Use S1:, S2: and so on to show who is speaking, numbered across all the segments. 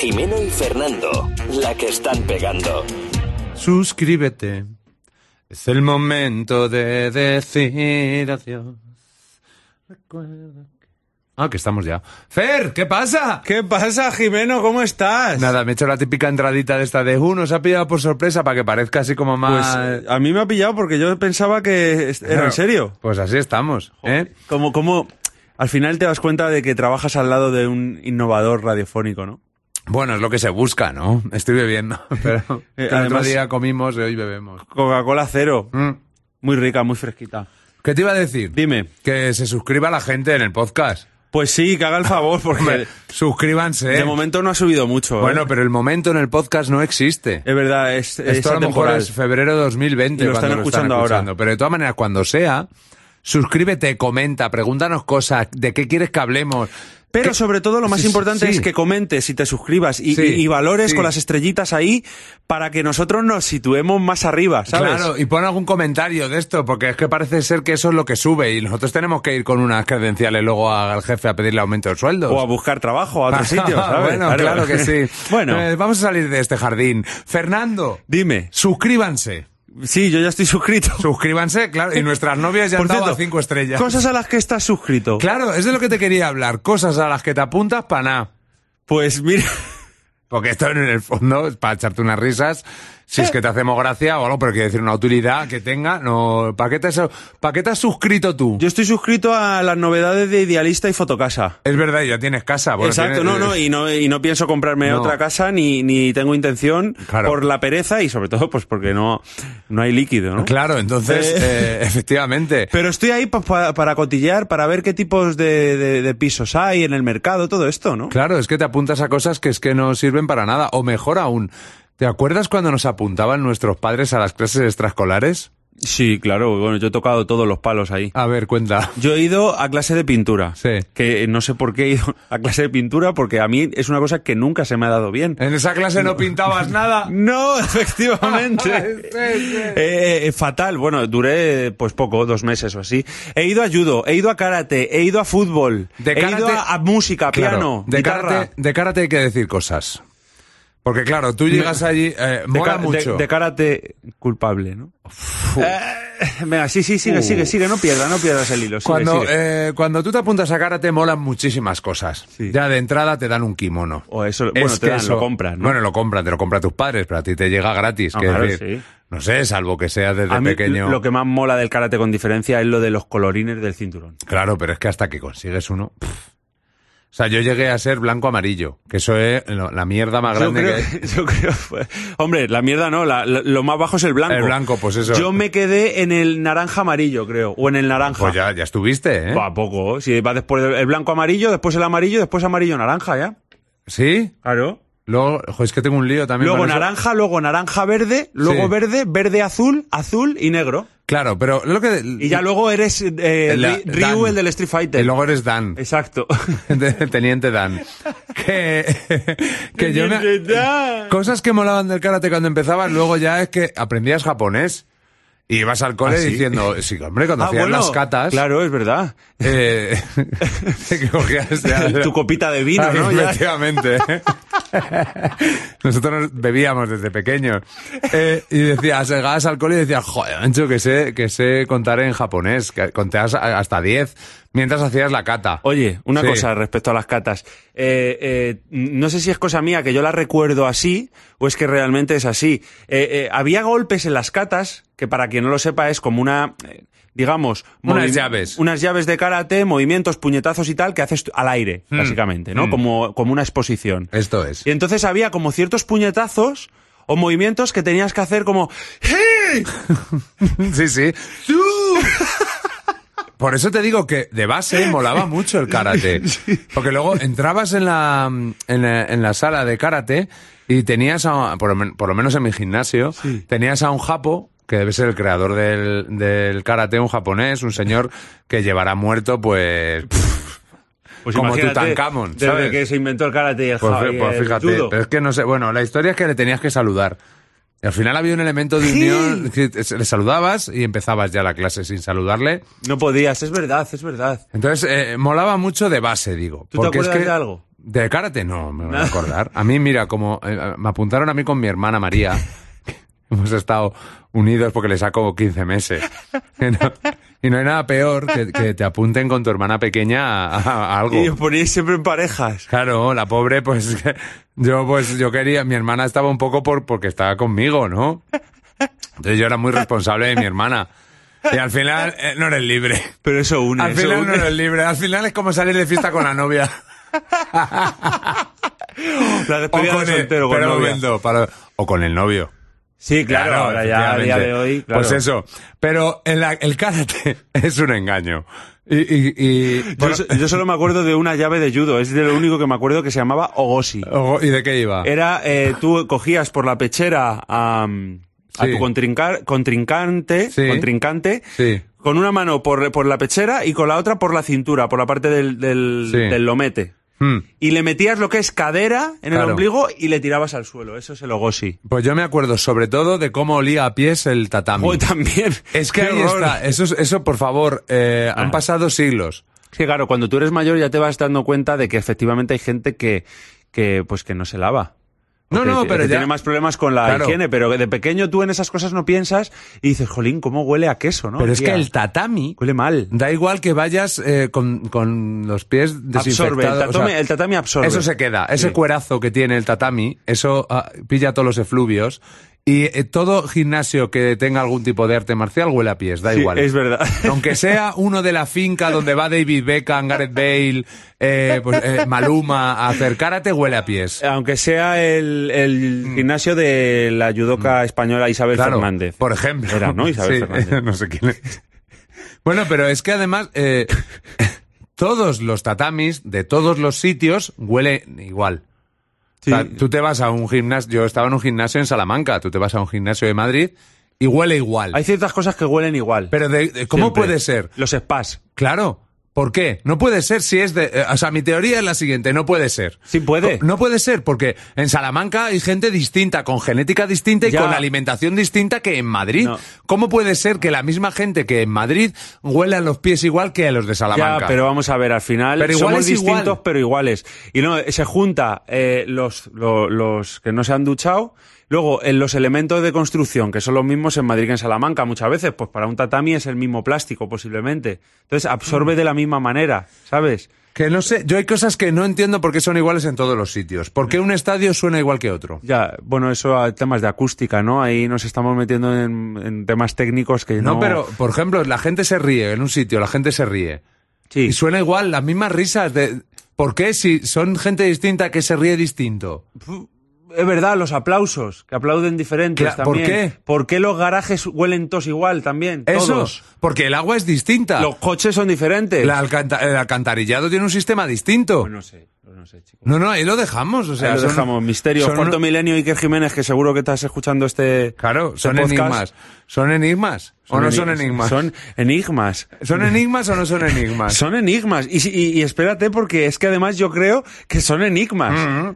S1: Jimeno y Fernando, la que están pegando.
S2: Suscríbete. Es el momento de decir adiós. Recuerda que- Ah, que estamos ya. Fer, ¿qué pasa?
S3: ¿Qué pasa, Jimeno? ¿Cómo estás?
S2: Nada, me he hecho la típica entradita de esta de uno. nos ha pillado por sorpresa para que parezca así como
S3: Pues
S2: más...
S3: eh, a mí me ha pillado porque yo pensaba que es- era en serio.
S2: Pues así estamos, ¿eh?
S3: Como, como al final te das cuenta de que trabajas al lado de un innovador radiofónico, ¿no?
S2: Bueno, es lo que se busca, ¿no? Estoy bebiendo, pero que el otro
S3: Eh, además-
S2: día comimos y hoy bebemos.
S3: Coca-Cola cero.
S2: Mm.
S3: Muy rica, muy fresquita.
S2: ¿Qué te iba a decir?
S3: Dime.
S2: Que se suscriba la gente en el podcast.
S3: Pues sí, que haga el favor porque
S2: Hombre, suscríbanse.
S3: de momento no ha subido mucho. ¿eh?
S2: Bueno, pero el momento en el podcast no existe.
S3: es verdad, es, es
S2: Esto a lo mejor
S3: atemporal.
S2: es febrero de 2020
S3: Y Eh, lo
S2: cuando
S3: están escuchando ahora.
S2: Pero de todas maneras, cuando sea, suscríbete, comenta, pregúntanos cosas, de qué quieres que hablemos.
S3: Pero
S2: ¿Qué-
S3: sobre todo lo más
S2: Sí,
S3: importante
S2: sí.
S3: es que comentes y te suscribas y,
S2: Sí,
S3: y- y valores
S2: sí.
S3: con las estrellitas ahí para que nosotros nos situemos más arriba, ¿sabes?
S2: Claro, y pon algún comentario de esto, porque es que parece ser que eso es lo que sube y nosotros tenemos que ir con unas credenciales luego a- al jefe a pedirle aumento de sueldo.
S3: O a buscar trabajo a otro sitio, ¿sabes?
S2: bueno, claro que sí.
S3: bueno,
S2: Eh, vamos a salir de este jardín. Fernando,
S3: dime.
S2: suscríbanse.
S3: Sí, yo ya estoy suscrito.
S2: Suscríbanse, claro, y nuestras novias ya han
S3: Por
S2: dado
S3: cierto,
S2: a cinco estrellas.
S3: Cosas a las que estás suscrito.
S2: Claro, es de lo que te quería hablar. Cosas a las que te apuntas para nada.
S3: Pues mira,
S2: Porque esto en el fondo es para echarte unas risas, si es que te hacemos gracia o algo, pero quiere decir una utilidad que tenga. No, ¿Para qué te has, para qué te has suscrito tú?
S3: yo estoy suscrito a las novedades de Idealista y Fotocasa.
S2: Es verdad, y ya tienes casa. bueno,
S3: Exacto,
S2: tienes-
S3: no, no, y no, y no pienso comprarme
S2: No.
S3: otra casa ni, ni tengo intención
S2: Claro.
S3: por la pereza y sobre todo pues porque no, no hay líquido, ¿no?
S2: Claro, entonces, eh, efectivamente.
S3: Pero estoy ahí pa- pa- para cotillar, para ver qué tipos de, de- de pisos hay en el mercado, todo esto, ¿no?
S2: Claro, es que te apuntas a cosas que es que no sirven para nada. O mejor aún, ¿te acuerdas cuando nos apuntaban nuestros padres a las clases extraescolares?
S3: Sí, claro, bueno, yo he tocado todos los palos ahí.
S2: A ver, cuenta.
S3: Yo he ido a clase de pintura.
S2: Sí.
S3: Que no sé por qué he ido a clase de pintura, porque a mí es una cosa que nunca se me ha dado bien.
S2: En esa clase no pintabas Pues nada.
S3: No, efectivamente.
S2: Sí, sí.
S3: Eh, eh, fatal. Bueno, duré pues poco, dos meses o así. He ido a judo, he ido a karate, he ido a fútbol,
S2: De
S3: he ido
S2: karate-
S3: a, a música,
S2: Claro,
S3: piano,
S2: de
S3: guitarra.
S2: karate, de karate hay que decir cosas. Porque claro, tú llegas allí, eh,
S3: De
S2: mola
S3: ca- de-
S2: mucho.
S3: De, karate culpable, ¿no? Eh, venga, sí, sí, sigue, sigue, sigue, no pierdas, no pierdas el hilo. sigue,
S2: cuando,
S3: sigue.
S2: eh, cuando tú te apuntas a karate molan muchísimas cosas.
S3: Sí.
S2: Ya de entrada te dan un kimono.
S3: O eso- bueno, te
S2: que
S3: dan, lo compran, ¿no?
S2: Bueno, lo compran, te lo compran tus padres, pero a ti te llega gratis.
S3: Ah,
S2: quiero
S3: claro,
S2: decir,
S3: sí.
S2: No sé, salvo que sea desde
S3: a mí
S2: pequeño.
S3: lo que más mola del karate con diferencia es lo de los colorines del cinturón.
S2: Claro, pero es que hasta que consigues uno. pff. O sea, yo llegué a ser blanco-amarillo, que eso es lo- la mierda más
S3: Yo
S2: grande
S3: creo,
S2: que hay.
S3: yo creo- hombre, la mierda no, la- la- lo más bajo es el blanco.
S2: El blanco, pues eso.
S3: Yo me quedé en el naranja amarillo, creo, o en el naranja.
S2: Pues ya, ya estuviste, ¿eh?
S3: Va, poco, si va después del- el blanco amarillo, después el amarillo, después amarillo naranja, ¿ya?
S2: ¿Sí?
S3: Claro.
S2: Luego, jo, es que tengo un lío también.
S3: Luego
S2: con eso.
S3: naranja, luego naranja verde, luego
S2: Sí.
S3: verde, verde azul, azul y negro.
S2: Claro, pero lo que...
S3: Y ya luego eres eh,
S2: La-
S3: Ri- Ryu,
S2: Dan.
S3: el del Street Fighter.
S2: Y luego eres Dan.
S3: Exacto.
S2: El Teniente Dan. Que, que yo me-
S3: Teniente Dan.
S2: Cosas que molaban del karate cuando empezabas, luego ya es que aprendías japonés y ibas al cole
S3: ¿Ah, sí?
S2: diciendo, sí, hombre, cuando
S3: Ah,
S2: hacías
S3: bueno,
S2: las catas,
S3: Claro, es verdad.
S2: eh, que cogías ya-
S3: tu copita de vino,
S2: Ah,
S3: ¿no? Ya.
S2: Efectivamente. Nosotros bebíamos desde pequeños. Eh, y decías, llegabas al cole y decías, joder, ancho, que sé, que sé contar en japonés, que contabas a- hasta 10 mientras hacías la cata.
S3: Oye, una
S2: Sí.
S3: cosa respecto a las catas. Eh, eh, no sé si es cosa mía que yo la recuerdo así o es que realmente es así. Eh, eh, había golpes en las catas, que para quien no lo sepa es como una, eh, digamos...
S2: Unas
S3: movi-
S2: llaves.
S3: Unas llaves de karate, movimientos, puñetazos y tal, que haces al aire,
S2: Hmm.
S3: básicamente, ¿no? Como, como una exposición.
S2: Esto es.
S3: Y entonces había como ciertos puñetazos o movimientos que tenías que hacer como... "¡Hey!".
S2: Sí, sí. Por eso te digo que de base molaba mucho el karate. Porque luego entrabas en la, en la, en la sala de karate y tenías, a, por, lo men- por lo menos en mi gimnasio, tenías a un japo que debe ser el creador del, del karate, un japonés, un señor que llevará muerto, pues...
S3: Pues
S2: Como
S3: imagínate,
S2: Tutankamón,
S3: Desde
S2: ¿sabes?
S3: que se inventó el karate y el,
S2: Pues,
S3: ja-
S2: fi-
S3: y
S2: pues
S3: el
S2: fíjate,
S3: judo.
S2: pero es que no sé. Bueno, la historia es que le tenías que saludar. Y al final había un elemento de unión, que te- le saludabas y empezabas ya la clase sin saludarle.
S3: No podías, es verdad, es verdad.
S2: Entonces, eh, molaba mucho de base, digo.
S3: ¿Tú te acuerdas de algo?
S2: De karate no, me voy a acordar. A mí, mira, como eh, me apuntaron a mí con mi hermana María. Hemos estado unidos porque le saco 15 meses. Y no, y no hay nada peor que, que te apunten con tu hermana pequeña a, a- a algo.
S3: Y os ponéis siempre en parejas.
S2: Claro, la pobre, pues que- yo pues yo quería, mi hermana estaba un poco por porque estaba conmigo, ¿no? Entonces yo era muy responsable de mi hermana. Y al final eh, no eres libre.
S3: Pero eso une.
S2: Al
S3: eso
S2: final no
S3: une.
S2: eres libre. Al final es como salir de fiesta con la novia.
S3: La
S2: O
S3: despedida de
S2: con el-
S3: soltero con
S2: espera un
S3: novia.
S2: momento, para- o con el novio.
S3: Sí, claro, ahora ya a día
S2: efectivamente.
S3: de hoy. claro.
S2: Pues eso. Pero el, el karate es un engaño. Y, y, y,
S3: Yo,
S2: bueno,
S3: so- yo solo me acuerdo de una llave de judo, es de lo único que me acuerdo que se llamaba Ogoshi.
S2: o- ¿y de qué iba?
S3: Era, eh, tú cogías por la pechera a, mm, a
S2: Sí.
S3: tu contrincar- contrincante,
S2: Sí.
S3: contrincante
S2: Sí.
S3: con una mano por, por la pechera y con la otra por la cintura, por la parte del, del,
S2: Sí.
S3: del lomete.
S2: Hmm.
S3: Y le metías lo que es cadera en el
S2: Claro.
S3: ombligo y le tirabas al suelo. Eso es el Ogoshi.
S2: Pues yo me acuerdo sobre todo de cómo olía a pies el tatami.
S3: Joder, también.
S2: Es que
S3: Qué
S2: ahí
S3: Mm. horror. Ah.
S2: está. Eso, es- eso por favor, eh, han pasado siglos.
S3: Es que claro, cuando tú eres mayor ya te vas dando cuenta de que efectivamente hay gente que, que pues que no se lava. O
S2: No,
S3: que-
S2: no,
S3: que
S2: pero ya-
S3: tiene más problemas con la
S2: Claro.
S3: higiene, pero de pequeño tú en esas cosas no piensas y dices, jolín, cómo huele a queso, ¿no?
S2: pero es que
S3: Tía,
S2: el tatami
S3: huele mal.
S2: da igual que vayas eh, con, con los pies
S3: Absorbe,
S2: desinfectados.
S3: el
S2: o sea,
S3: tatami, el tatami absorbe.
S2: Eso se queda, ese
S3: Sí.
S2: cuerazo que tiene el tatami, eso ah, pilla todos los efluvios y eh, todo gimnasio que tenga algún tipo de arte marcial huele a pies, da
S3: Sí,
S2: igual.
S3: Es verdad.
S2: Aunque sea uno de la finca donde va David Beckham, Gareth Bale, eh, pues, eh, Maluma, a hacer karate, huele a pies.
S3: Aunque sea el, el gimnasio de la judoca española Isabel
S2: Mm. Claro,
S3: Fernández.
S2: por ejemplo.
S3: Era, ¿no?
S2: Sí,
S3: Isabel Fernández.
S2: No sé quién es. Bueno, pero es que además eh, todos los tatamis de todos los sitios huelen igual.
S3: Sí.
S2: O sea, tú te vas a un gimnasio, yo estaba en un gimnasio en Salamanca, tú te vas a un gimnasio de Madrid y huele igual.
S3: Hay ciertas cosas que huelen igual.
S2: Pero de- de- ¿cómo
S3: Siempre.
S2: puede ser?
S3: Los spas.
S2: Claro. ¿Por qué? No puede ser si es de... eh, o sea, mi teoría es la siguiente, no puede ser.
S3: Sí puede.
S2: Co- No puede ser porque en Salamanca hay gente distinta, con genética distinta y
S3: Ya.
S2: con alimentación distinta que en Madrid.
S3: No.
S2: ¿Cómo puede ser que la misma gente que en Madrid huela los pies igual que a los de Salamanca?
S3: Ya, pero vamos a ver, al final
S2: Pero igual
S3: somos
S2: es igual.
S3: distintos pero iguales. Y no, se junta eh, los, lo- los que no se han duchado, luego en los elementos de construcción, que son los mismos en Madrid que en Salamanca muchas veces, pues para un tatami es el mismo plástico posiblemente. Entonces absorbe
S2: Mm.
S3: de la misma manera, ¿sabes?
S2: Que no sé, yo hay cosas que no entiendo por qué son iguales en todos los sitios. ¿Por qué un estadio suena igual que otro?
S3: Ya, bueno, eso a temas de acústica, ¿no? Ahí nos estamos metiendo en, en temas técnicos que no...
S2: No, pero, por ejemplo, la gente se ríe en un sitio, la gente se ríe.
S3: Sí.
S2: Y suena igual, las mismas risas. De... ¿Por qué si son gente distinta que se ríe distinto?
S3: Es verdad, los aplausos, que aplauden diferentes
S2: Cla- ¿por
S3: también.
S2: qué?
S3: ¿Por qué los garajes huelen todos igual también?
S2: Eso, Ah.
S3: Todos.
S2: porque el agua es distinta.
S3: Los coches son diferentes.
S2: La alcanta- el alcantarillado tiene un sistema distinto.
S3: Pues no sé, pues no sé, chicos.
S2: no, no, ahí lo dejamos. O sea,
S3: Ahí lo
S2: son-
S3: dejamos. Misterio,
S2: son
S3: Cuarto
S2: uno-
S3: Milenio, Iker Jiménez, que seguro que estás escuchando este.
S2: Claro,
S3: este
S2: son
S3: podcast.
S2: enigmas. ¿Son enigmas? ¿O no son
S3: enig-
S2: enigmas?
S3: Son enigmas.
S2: ¿Son enigmas o no son enigmas?
S3: Son enigmas. Y, si- y- y espérate, porque es que además yo creo que son
S2: Mm.
S3: enigmas.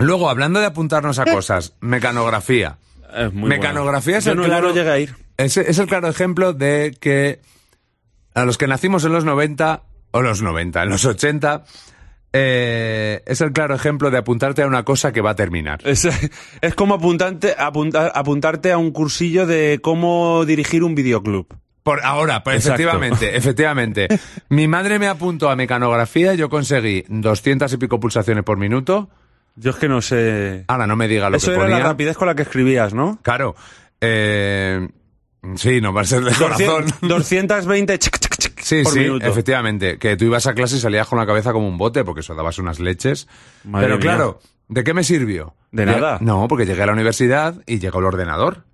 S2: Luego, hablando de apuntarnos a cosas, mecanografía.
S3: Es muy
S2: Mecanografía
S3: bueno.
S2: es
S3: Yo
S2: el
S3: no,
S2: claro-
S3: no llega a ir.
S2: Es, es el claro ejemplo de que a los que nacimos en los 90, o los 90, en los 80, eh, es el claro ejemplo de apuntarte a una cosa que va a terminar.
S3: Es, es como apuntante, apunta- apuntarte a un cursillo de cómo dirigir un videoclub.
S2: Por ahora, pues,
S3: Exacto.
S2: efectivamente, efectivamente. Mi madre me apuntó a mecanografía, yo conseguí 200 y pico pulsaciones por minuto.
S3: Yo es que no sé.
S2: Ahora no me diga lo
S3: Eso
S2: que
S3: era
S2: ponía.
S3: la rapidez con la que escribías, ¿no?
S2: Claro. Eh, sí, no va a ser de corazón.
S3: 200 220 chic, chic, chic
S2: Sí,
S3: por
S2: sí,
S3: minuto.
S2: efectivamente. Que tú ibas a clase y salías con la cabeza como un bote porque eso dabas unas leches.
S3: Madre
S2: Pero
S3: mía.
S2: claro, ¿de qué me sirvió?
S3: De
S2: Lle-
S3: nada.
S2: No, porque llegué a la universidad y llegó el ordenador.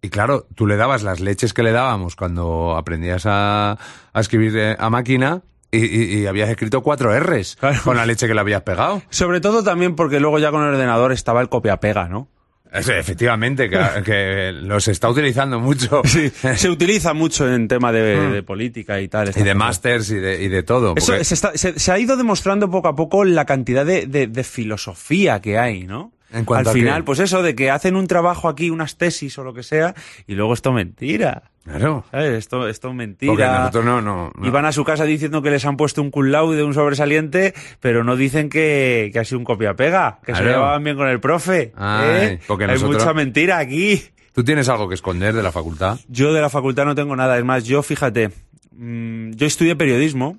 S2: Y claro, tú le dabas las leches que le dábamos cuando aprendías a, a escribir eh, a máquina y, y- y habías escrito cuatro R's
S3: Claro.
S2: con la leche que le habías pegado.
S3: Sobre todo también porque luego ya con el ordenador estaba el copia-pega, ¿no?
S2: Es- Efectivamente, que, que los está utilizando mucho.
S3: Se utiliza mucho en tema de, de política Eh. Hmm. y tal.
S2: Y
S3: estas
S2: de
S3: cosas.
S2: masters y de, y de todo.
S3: Eso
S2: porque-
S3: se, está- se- se ha ido demostrando poco a poco la cantidad de, de- de filosofía que hay, ¿no?
S2: ¿En cuanto
S3: al
S2: a
S3: final,
S2: qué?
S3: pues eso, de que hacen un trabajo aquí, unas tesis o lo que sea, y luego esto mentira.
S2: Claro.
S3: ¿Sabes? Esto, esto es mentira.
S2: Porque nosotros no, no, no.
S3: Y van a su casa diciendo que les han puesto un cum laude, un sobresaliente, pero no dicen que, que ha sido un copia-pega, que se
S2: Claro.
S3: llevaban bien con el profe.
S2: Ay,
S3: ¿eh?
S2: porque
S3: Hay
S2: nosotros-
S3: mucha mentira aquí.
S2: ¿Tú tienes algo que esconder de la facultad?
S3: Yo de la facultad no tengo nada. Es más, yo, fíjate, mm, yo estudié periodismo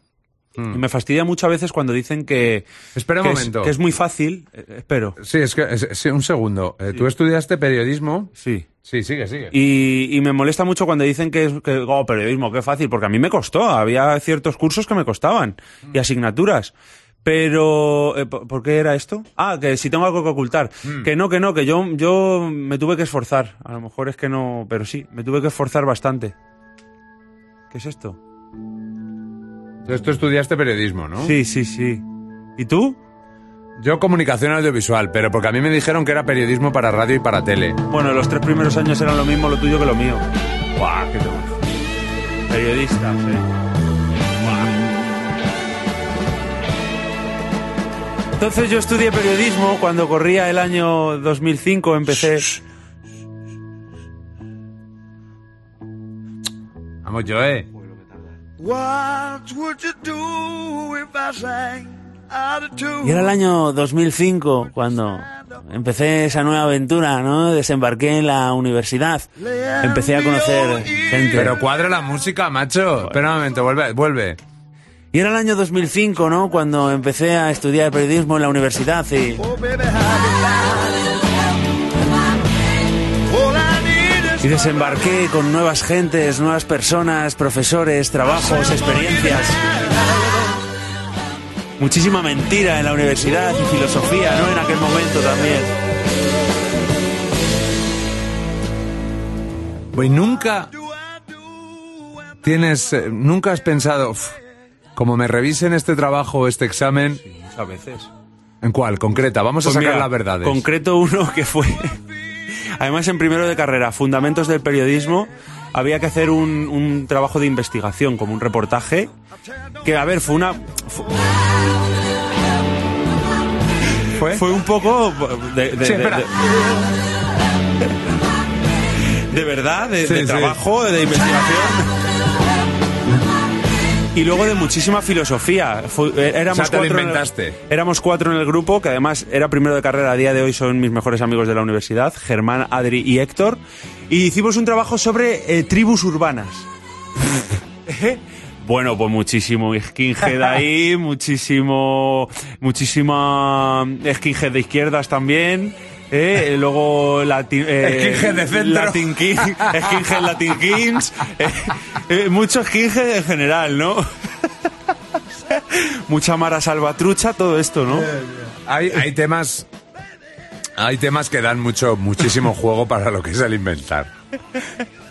S3: y me fastidia mucho a veces cuando dicen que,
S2: Hmm. Espera un
S3: que es-
S2: momento.
S3: que es muy fácil. Eh, espero.
S2: Sí, es que, es- sí, un segundo. Eh, Tú estudiaste periodismo.
S3: Sí.
S2: Sí, sigue, sigue.
S3: Y, y me molesta mucho cuando dicen que, es- que, oh, periodismo, qué fácil, porque a mí me costó. Había ciertos cursos que me costaban y
S2: Hmm.
S3: asignaturas. Pero, eh, ¿por por qué era esto? Ah, que si tengo algo que ocultar.
S2: Hmm.
S3: Que no, que no, que yo, yo me tuve que esforzar. A lo mejor es que no, pero sí, me tuve que esforzar bastante. ¿Qué es esto?
S2: Entonces tú estudiaste periodismo, ¿no?
S3: Sí, sí, sí. ¿Y tú?
S2: Yo comunicación audiovisual, pero porque a mí me dijeron que era periodismo para radio y para tele.
S3: Bueno, los tres primeros años eran lo mismo lo tuyo que lo mío. ¡Guau, qué tema! Periodista, sí.
S4: ¿eh?
S3: Buah. Entonces yo estudié periodismo cuando corría el año 2005, empecé...
S2: Vamos, Joe.
S5: What would you do if I sang out of tune?
S4: Y era el año 2005 cuando empecé esa nueva aventura, ¿no? Desembarqué en la universidad. Empecé a conocer gente.
S2: Pero cuadra la música, macho. Espera un momento, vuelve, vuelve.
S4: Y era el año 2005, ¿no? Cuando empecé a estudiar periodismo en la universidad y...
S5: Oh, baby, how you like? All I need is
S4: Y desembarqué con nuevas gentes, nuevas personas, profesores, trabajos, experiencias. Muchísima mentira en la universidad y filosofía, ¿no? En aquel momento también.
S2: Pues nunca tienes, eh, nunca has pensado, "Uf, como me revisen este trabajo, este examen,
S3: Muchas veces.
S2: ¿en cuál? Concreta, vamos a
S3: Pues
S2: sacar
S3: mira,
S2: las verdades.
S3: Concreto uno que fue. Además, en primero de carrera, Fundamentos del Periodismo, había que hacer un, un trabajo de investigación, como un reportaje. Que, a ver, fue una. fu-
S2: ¿Fue?
S3: Fue un poco. De, de-
S2: ¿eh? Sí,
S3: de-
S2: espera.
S3: de- de verdad, de,
S2: Sí,
S3: de
S2: sí.
S3: trabajo, de investigación. Y luego de muchísima filosofía. Fu- eh, éramos,
S2: O sea, te lo
S3: cuatro en el-
S2: inventaste.
S3: éramos cuatro en el grupo, que además era primero de carrera, a día de hoy son mis mejores amigos de la universidad, Germán, Adri y Héctor. Y hicimos un trabajo sobre eh, tribus urbanas. Bueno, pues muchísimo skinhead ahí, muchísimo, muchísima skinhead de izquierdas también. ¿eh? Eh, luego Latin, eh,
S2: Skinhead de centro.
S3: Latin King, skinhead Latin Kings, eh, eh, mucho skinhead en general, ¿no? Mucha Mara Salvatrucha, todo esto, ¿no?
S2: Hay, hay temas, hay temas que dan mucho, muchísimo juego para lo que es el inventar.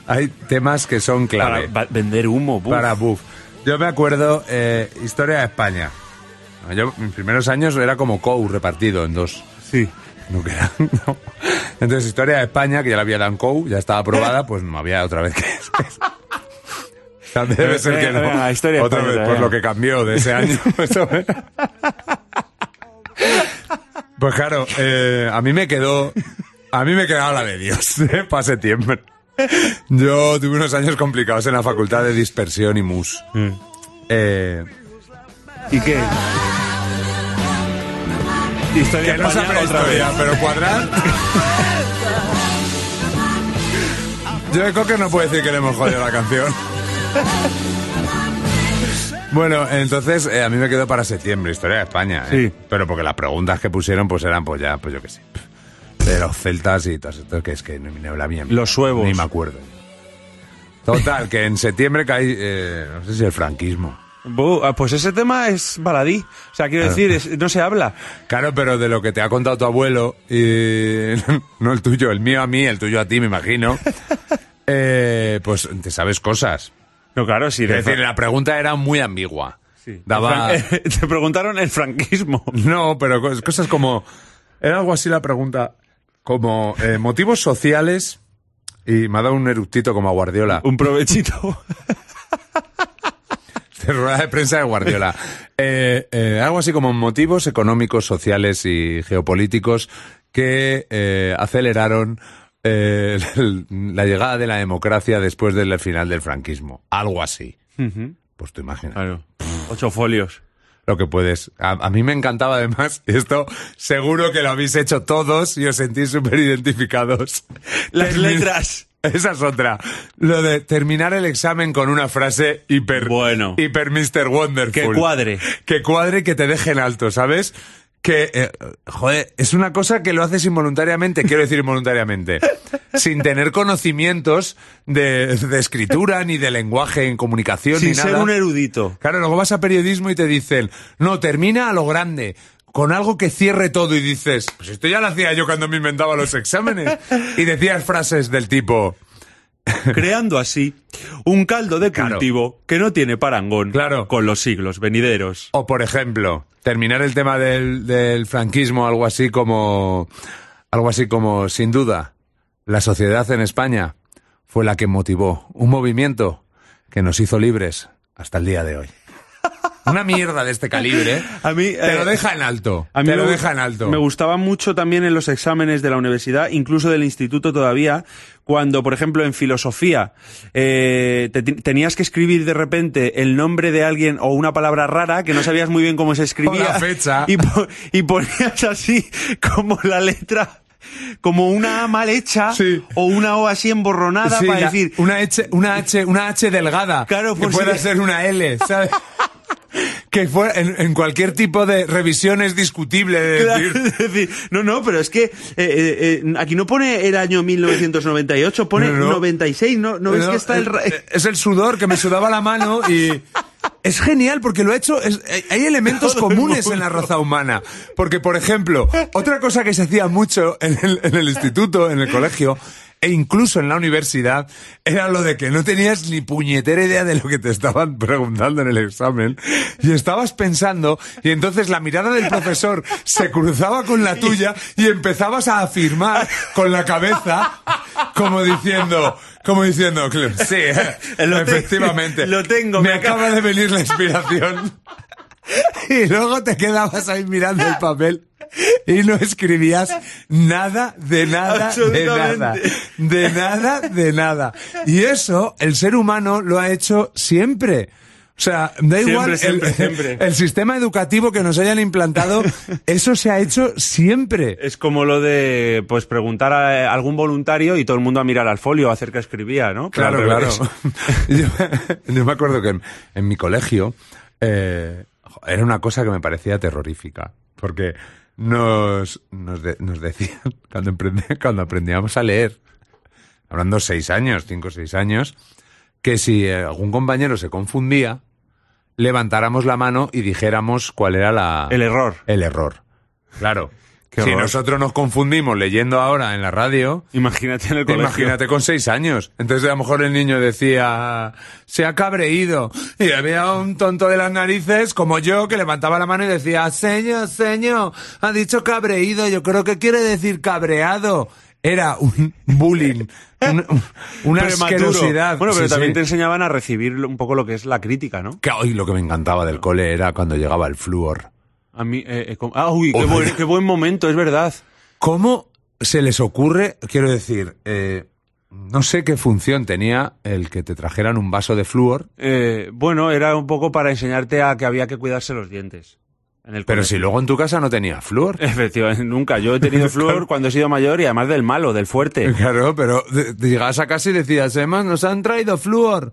S2: Hay temas que son
S3: Para,
S2: clave.
S3: va- vender humo, buf.
S2: para Buff. Yo me acuerdo, eh, Historia de España. Yo, mis primeros años era como COU repartido en dos.
S3: Sí.
S2: No queda, no. Entonces, Historia de España, que ya la había dado en COU, ya estaba aprobada, pues no había otra vez que... O sea, Debe ser que no.
S3: Venga, venga, Historia de
S2: Otra
S3: España,
S2: vez, por
S3: venga.
S2: lo que cambió de ese año. Eso era. Pues claro, eh, a mí me quedó... A mí me quedaba la de Dios, ¿eh? para septiembre. Yo tuve unos años complicados en la facultad de dispersión y mus.
S3: Mm.
S2: Eh,
S3: ¿Y qué? Historia
S2: que no
S3: España,
S2: sabrá
S3: otra
S2: historia,
S3: vez.
S2: pero cuadrar. Yo de Cocker no puedo decir que le hemos jodido la canción. Bueno, entonces eh, a mí me quedó para septiembre, historia de España. ¿eh?
S3: Sí.
S2: Pero porque las preguntas que pusieron pues eran pues ya, pues yo qué sé. De los celtas y todas estas que es que no me habla bien.
S3: Los suevos.
S2: Ni me acuerdo. Total, que en septiembre cae, eh, no sé si el franquismo.
S3: Bu, ah, pues ese tema es baladí. O sea,
S2: Ah.
S3: quiero decir, es- no se habla.
S2: Claro, pero de lo que te ha contado tu abuelo, y no el tuyo, el mío a mí, el tuyo a ti, me imagino, eh, pues te sabes cosas.
S3: No, claro, sí.
S2: Es decir, la pregunta era muy ambigua. Daba...
S3: Te preguntaron el franquismo.
S2: No, pero cos- cosas como... Era algo así la pregunta, como eh, motivos sociales... Y me ha dado un eructito como a Guardiola.
S3: Un provechito.
S2: De rueda de prensa de Guardiola. Eh, eh, algo así como motivos económicos, sociales y geopolíticos que eh, aceleraron eh, el- la llegada de la democracia después del final del franquismo. Algo así. Pues tú imaginas.
S3: Claro. Ocho folios.
S2: Lo que puedes. A, a mí me encantaba además, y esto seguro que lo habéis hecho todos y os sentís súper identificados.
S3: Las
S2: Termin-
S3: letras.
S2: Esa es otra. Lo de terminar el examen con una frase hiper.
S3: Bueno.
S2: Hiper Mr. Wonderful.
S3: Que cuadre.
S2: Que cuadre y que te dejen alto, ¿sabes? Que, eh, joder, es una cosa que lo haces involuntariamente, quiero decir involuntariamente, sin tener conocimientos de, de escritura, ni de lenguaje en comunicación, ni
S3: Sin
S2: nada.
S3: ser un erudito.
S2: Claro, luego vas a periodismo y te dicen, no, termina a lo grande, con algo que cierre todo y dices, pues esto ya lo hacía yo cuando me inventaba los exámenes. Y decías frases del tipo,
S3: creando así un caldo de
S2: Claro.
S3: cultivo que no tiene parangón
S2: Claro.
S3: con los siglos venideros.
S2: o por ejemplo, terminar el tema del, del franquismo, algo así como, algo así como, sin duda, la sociedad en España fue la que motivó un movimiento que nos hizo libres hasta el día de hoy. Una mierda de este calibre.
S3: A mí,
S2: te
S3: eh,
S2: lo deja en alto.
S3: A mí
S2: te lo
S3: me gu-
S2: deja en alto.
S3: Me gustaba mucho también en los exámenes de la universidad, incluso del instituto todavía, cuando, por ejemplo, en filosofía eh, te- te- tenías que escribir de repente el nombre de alguien o una palabra rara que no sabías muy bien cómo se escribía.
S2: O la fecha.
S3: Y, po- y ponías así como la letra, como una A mal hecha
S2: Sí.
S3: o una O así emborronada
S2: Sí,
S3: para
S2: la-
S3: decir,
S2: una H, una H, una H delgada.
S3: Claro,
S2: que
S3: por si-
S2: pueda ser una L, ¿sabes? que fue en, en cualquier tipo de revisión es discutible de
S3: Claro,
S2: decir.
S3: es decir, no, no, pero es que eh, eh, eh, aquí no pone el año 1998, pone
S2: No, no.
S3: 96, ¿no? ¿No ves
S2: No, eh,
S3: que está el... ra-
S2: es, es el sudor que me sudaba la mano y es genial porque lo he hecho es- hay- hay elementos
S3: Todo el
S2: comunes en la
S3: mundo.
S2: raza humana porque por ejemplo otra cosa que se hacía mucho en el, en el instituto en el colegio e incluso en la universidad era lo de que no tenías ni puñetera idea de lo que te estaban preguntando en el examen y estabas pensando y entonces la mirada del profesor se cruzaba con la tuya y empezabas a afirmar con la cabeza como diciendo como diciendo sí
S3: Lo te-
S2: efectivamente
S3: lo tengo,
S2: me
S3: me acaba-
S2: acaba de venir la inspiración y luego te quedabas ahí mirando el papel y no escribías nada de nada de nada
S3: Absolutamente.
S2: de nada de nada y eso el ser humano lo ha hecho siempre o sea, da igual el-
S3: siempre,
S2: el,
S3: siempre.
S2: el sistema educativo que nos hayan implantado, eso se ha hecho siempre.
S3: Es como lo de, pues, preguntar a algún voluntario y todo el mundo a mirar al folio, a hacer que escribía, ¿no? Pero
S2: Claro,
S3: al
S2: claro.
S3: revés.
S2: yo, yo me acuerdo que en, en mi colegio eh, jo, era una cosa que me parecía terrorífica, porque nos, nos, de- nos decían, cuando, emprende- cuando aprendíamos a leer, hablando seis años, cinco o seis años, que si eh, algún compañero se confundía, levantáramos la mano y dijéramos cuál era la,
S3: El error.
S2: el error. Claro.
S3: Qué
S2: si
S3: horror.
S2: nosotros nos confundimos leyendo ahora en la radio,
S3: Imagínate en el colegio.
S2: Imagínate con seis años. Entonces a lo mejor el niño decía, se ha cabreído. Y había un tonto de las narices como yo que levantaba la mano y decía, seño, seño, ha dicho cabreído. Yo creo que quiere decir cabreado. Era un bullying, un- una
S3: Prematuro.
S2: asquerosidad.
S3: Bueno, pero
S2: Sí,
S3: también
S2: sí.
S3: te enseñaban a recibir un poco lo que es la crítica, ¿no?
S2: Que hoy lo que me encantaba del cole era cuando llegaba el flúor.
S3: A mí, eh, eh, como- ah, uy, qué,
S2: Oh,
S3: buen,
S2: vaya.
S3: qué buen momento, es verdad.
S2: ¿Cómo se les ocurre, quiero decir, eh, no sé qué función tenía el que te trajeran un vaso de flúor
S3: Eh, bueno, era un poco para enseñarte a que había que cuidarse los dientes. En el
S2: Pero
S3: colegio.
S2: si luego en tu casa no tenía flúor.
S3: Efectivamente, nunca. Yo he tenido flúor cuando he sido mayor y además del malo, del fuerte.
S2: Eh, Claro, pero de- de- llegabas a casa y decías, además nos han traído flúor.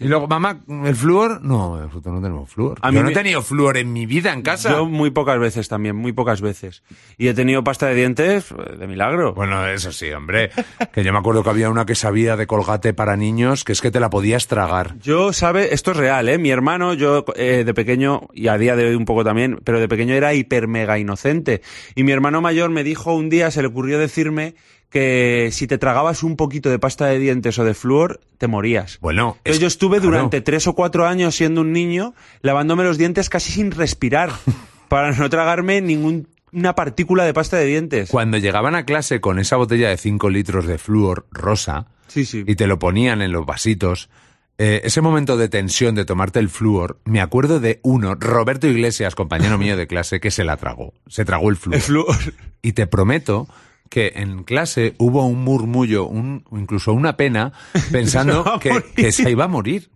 S2: Y luego, mamá, ¿el flúor? No, nosotros no tenemos flúor.
S3: A
S2: Yo
S3: mí
S2: no he
S3: me-
S2: tenido flúor en mi vida en casa.
S3: Yo muy pocas veces también, muy pocas veces. Y he tenido pasta de dientes eh, de milagro.
S2: Bueno, eso sí, hombre. Que yo me acuerdo que había una que sabía de colgate para niños, que es que te la podías tragar.
S3: Yo, sabe, esto es real, ¿eh? Mi hermano, yo eh, de pequeño, y a día de hoy un poco también, pero de pequeño era hiper mega inocente. Y mi hermano mayor me dijo un día, se le ocurrió decirme que si te tragabas un poquito de pasta de dientes o de flúor, te morías.
S2: Bueno,
S3: Entonces
S2: es-
S3: yo estuve
S2: claro.
S3: durante tres o cuatro años siendo un niño, lavándome los dientes casi sin respirar, para no tragarme ninguna partícula de pasta de dientes.
S2: Cuando llegaban a clase con esa botella de 5 litros de flúor rosa
S3: Sí, sí.
S2: y te lo ponían en los vasitos, eh, ese momento de tensión de tomarte el flúor, me acuerdo de uno, Roberto Iglesias, compañero mío de clase, que se la tragó. Se tragó el flúor.
S3: El flúor.
S2: Y te prometo que en clase hubo un murmullo, un, incluso una pena,
S3: Se va
S2: pensando
S3: a
S2: que,
S3: morir.
S2: que se iba a morir.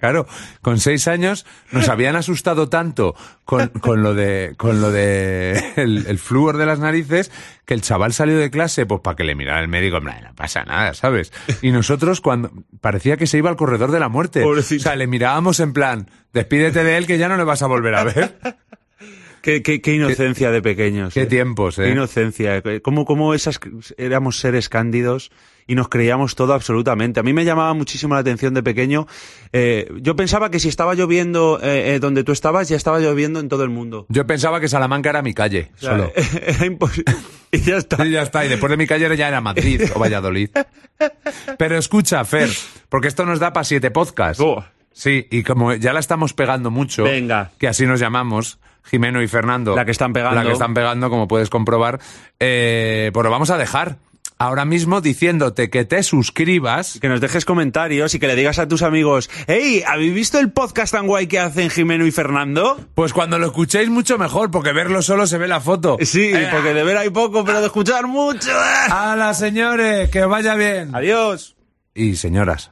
S2: Claro, con seis años nos habían asustado tanto con, con lo de, con lo de el, el flúor de las narices que el chaval salió de clase, pues para que le mirara el médico, en plan, no pasa nada, ¿sabes? Y nosotros cuando parecía que se iba al corredor de la muerte,
S3: Pobrecito.
S2: o sea, le mirábamos en plan, despídete de él que ya no le vas a volver a ver.
S3: Qué, qué- qué inocencia de pequeños.
S2: Qué
S3: eh.
S2: tiempos,
S3: Qué
S2: eh.
S3: inocencia. eh. Cómo, cómo esas, éramos seres cándidos y nos creíamos todo absolutamente. A mí me llamaba muchísimo la atención de pequeño. eh, yo pensaba que si estaba lloviendo eh, eh, donde tú estabas, ya estaba lloviendo en todo el mundo.
S2: Yo pensaba que Salamanca era mi calle,
S3: O sea,
S2: solo.
S3: Era imposible. Y ya está.
S2: Y ya está, y después de mi calle ya era Madrid o Valladolid. Pero escucha, Fer, porque esto nos da para siete podcasts.
S3: Oh.
S2: Sí, y como ya la estamos pegando mucho,
S3: Venga.
S2: que así nos llamamos, Jimeno y Fernando.
S3: La que están pegando.
S2: La que están pegando, como puedes comprobar. Eh, pues lo vamos a dejar ahora mismo diciéndote que te suscribas.
S3: Que nos dejes comentarios y que le digas a tus amigos, hey, ¿habéis visto el podcast tan guay que hacen Jimeno y Fernando?
S2: Pues cuando lo escuchéis mucho mejor, porque verlo solo se ve la foto.
S3: Sí, Eh, porque de ver hay poco, pero de escuchar mucho. eh.
S2: ¡Hala, señores! ¡Que os vaya bien!
S3: Adiós.
S2: Y señoras.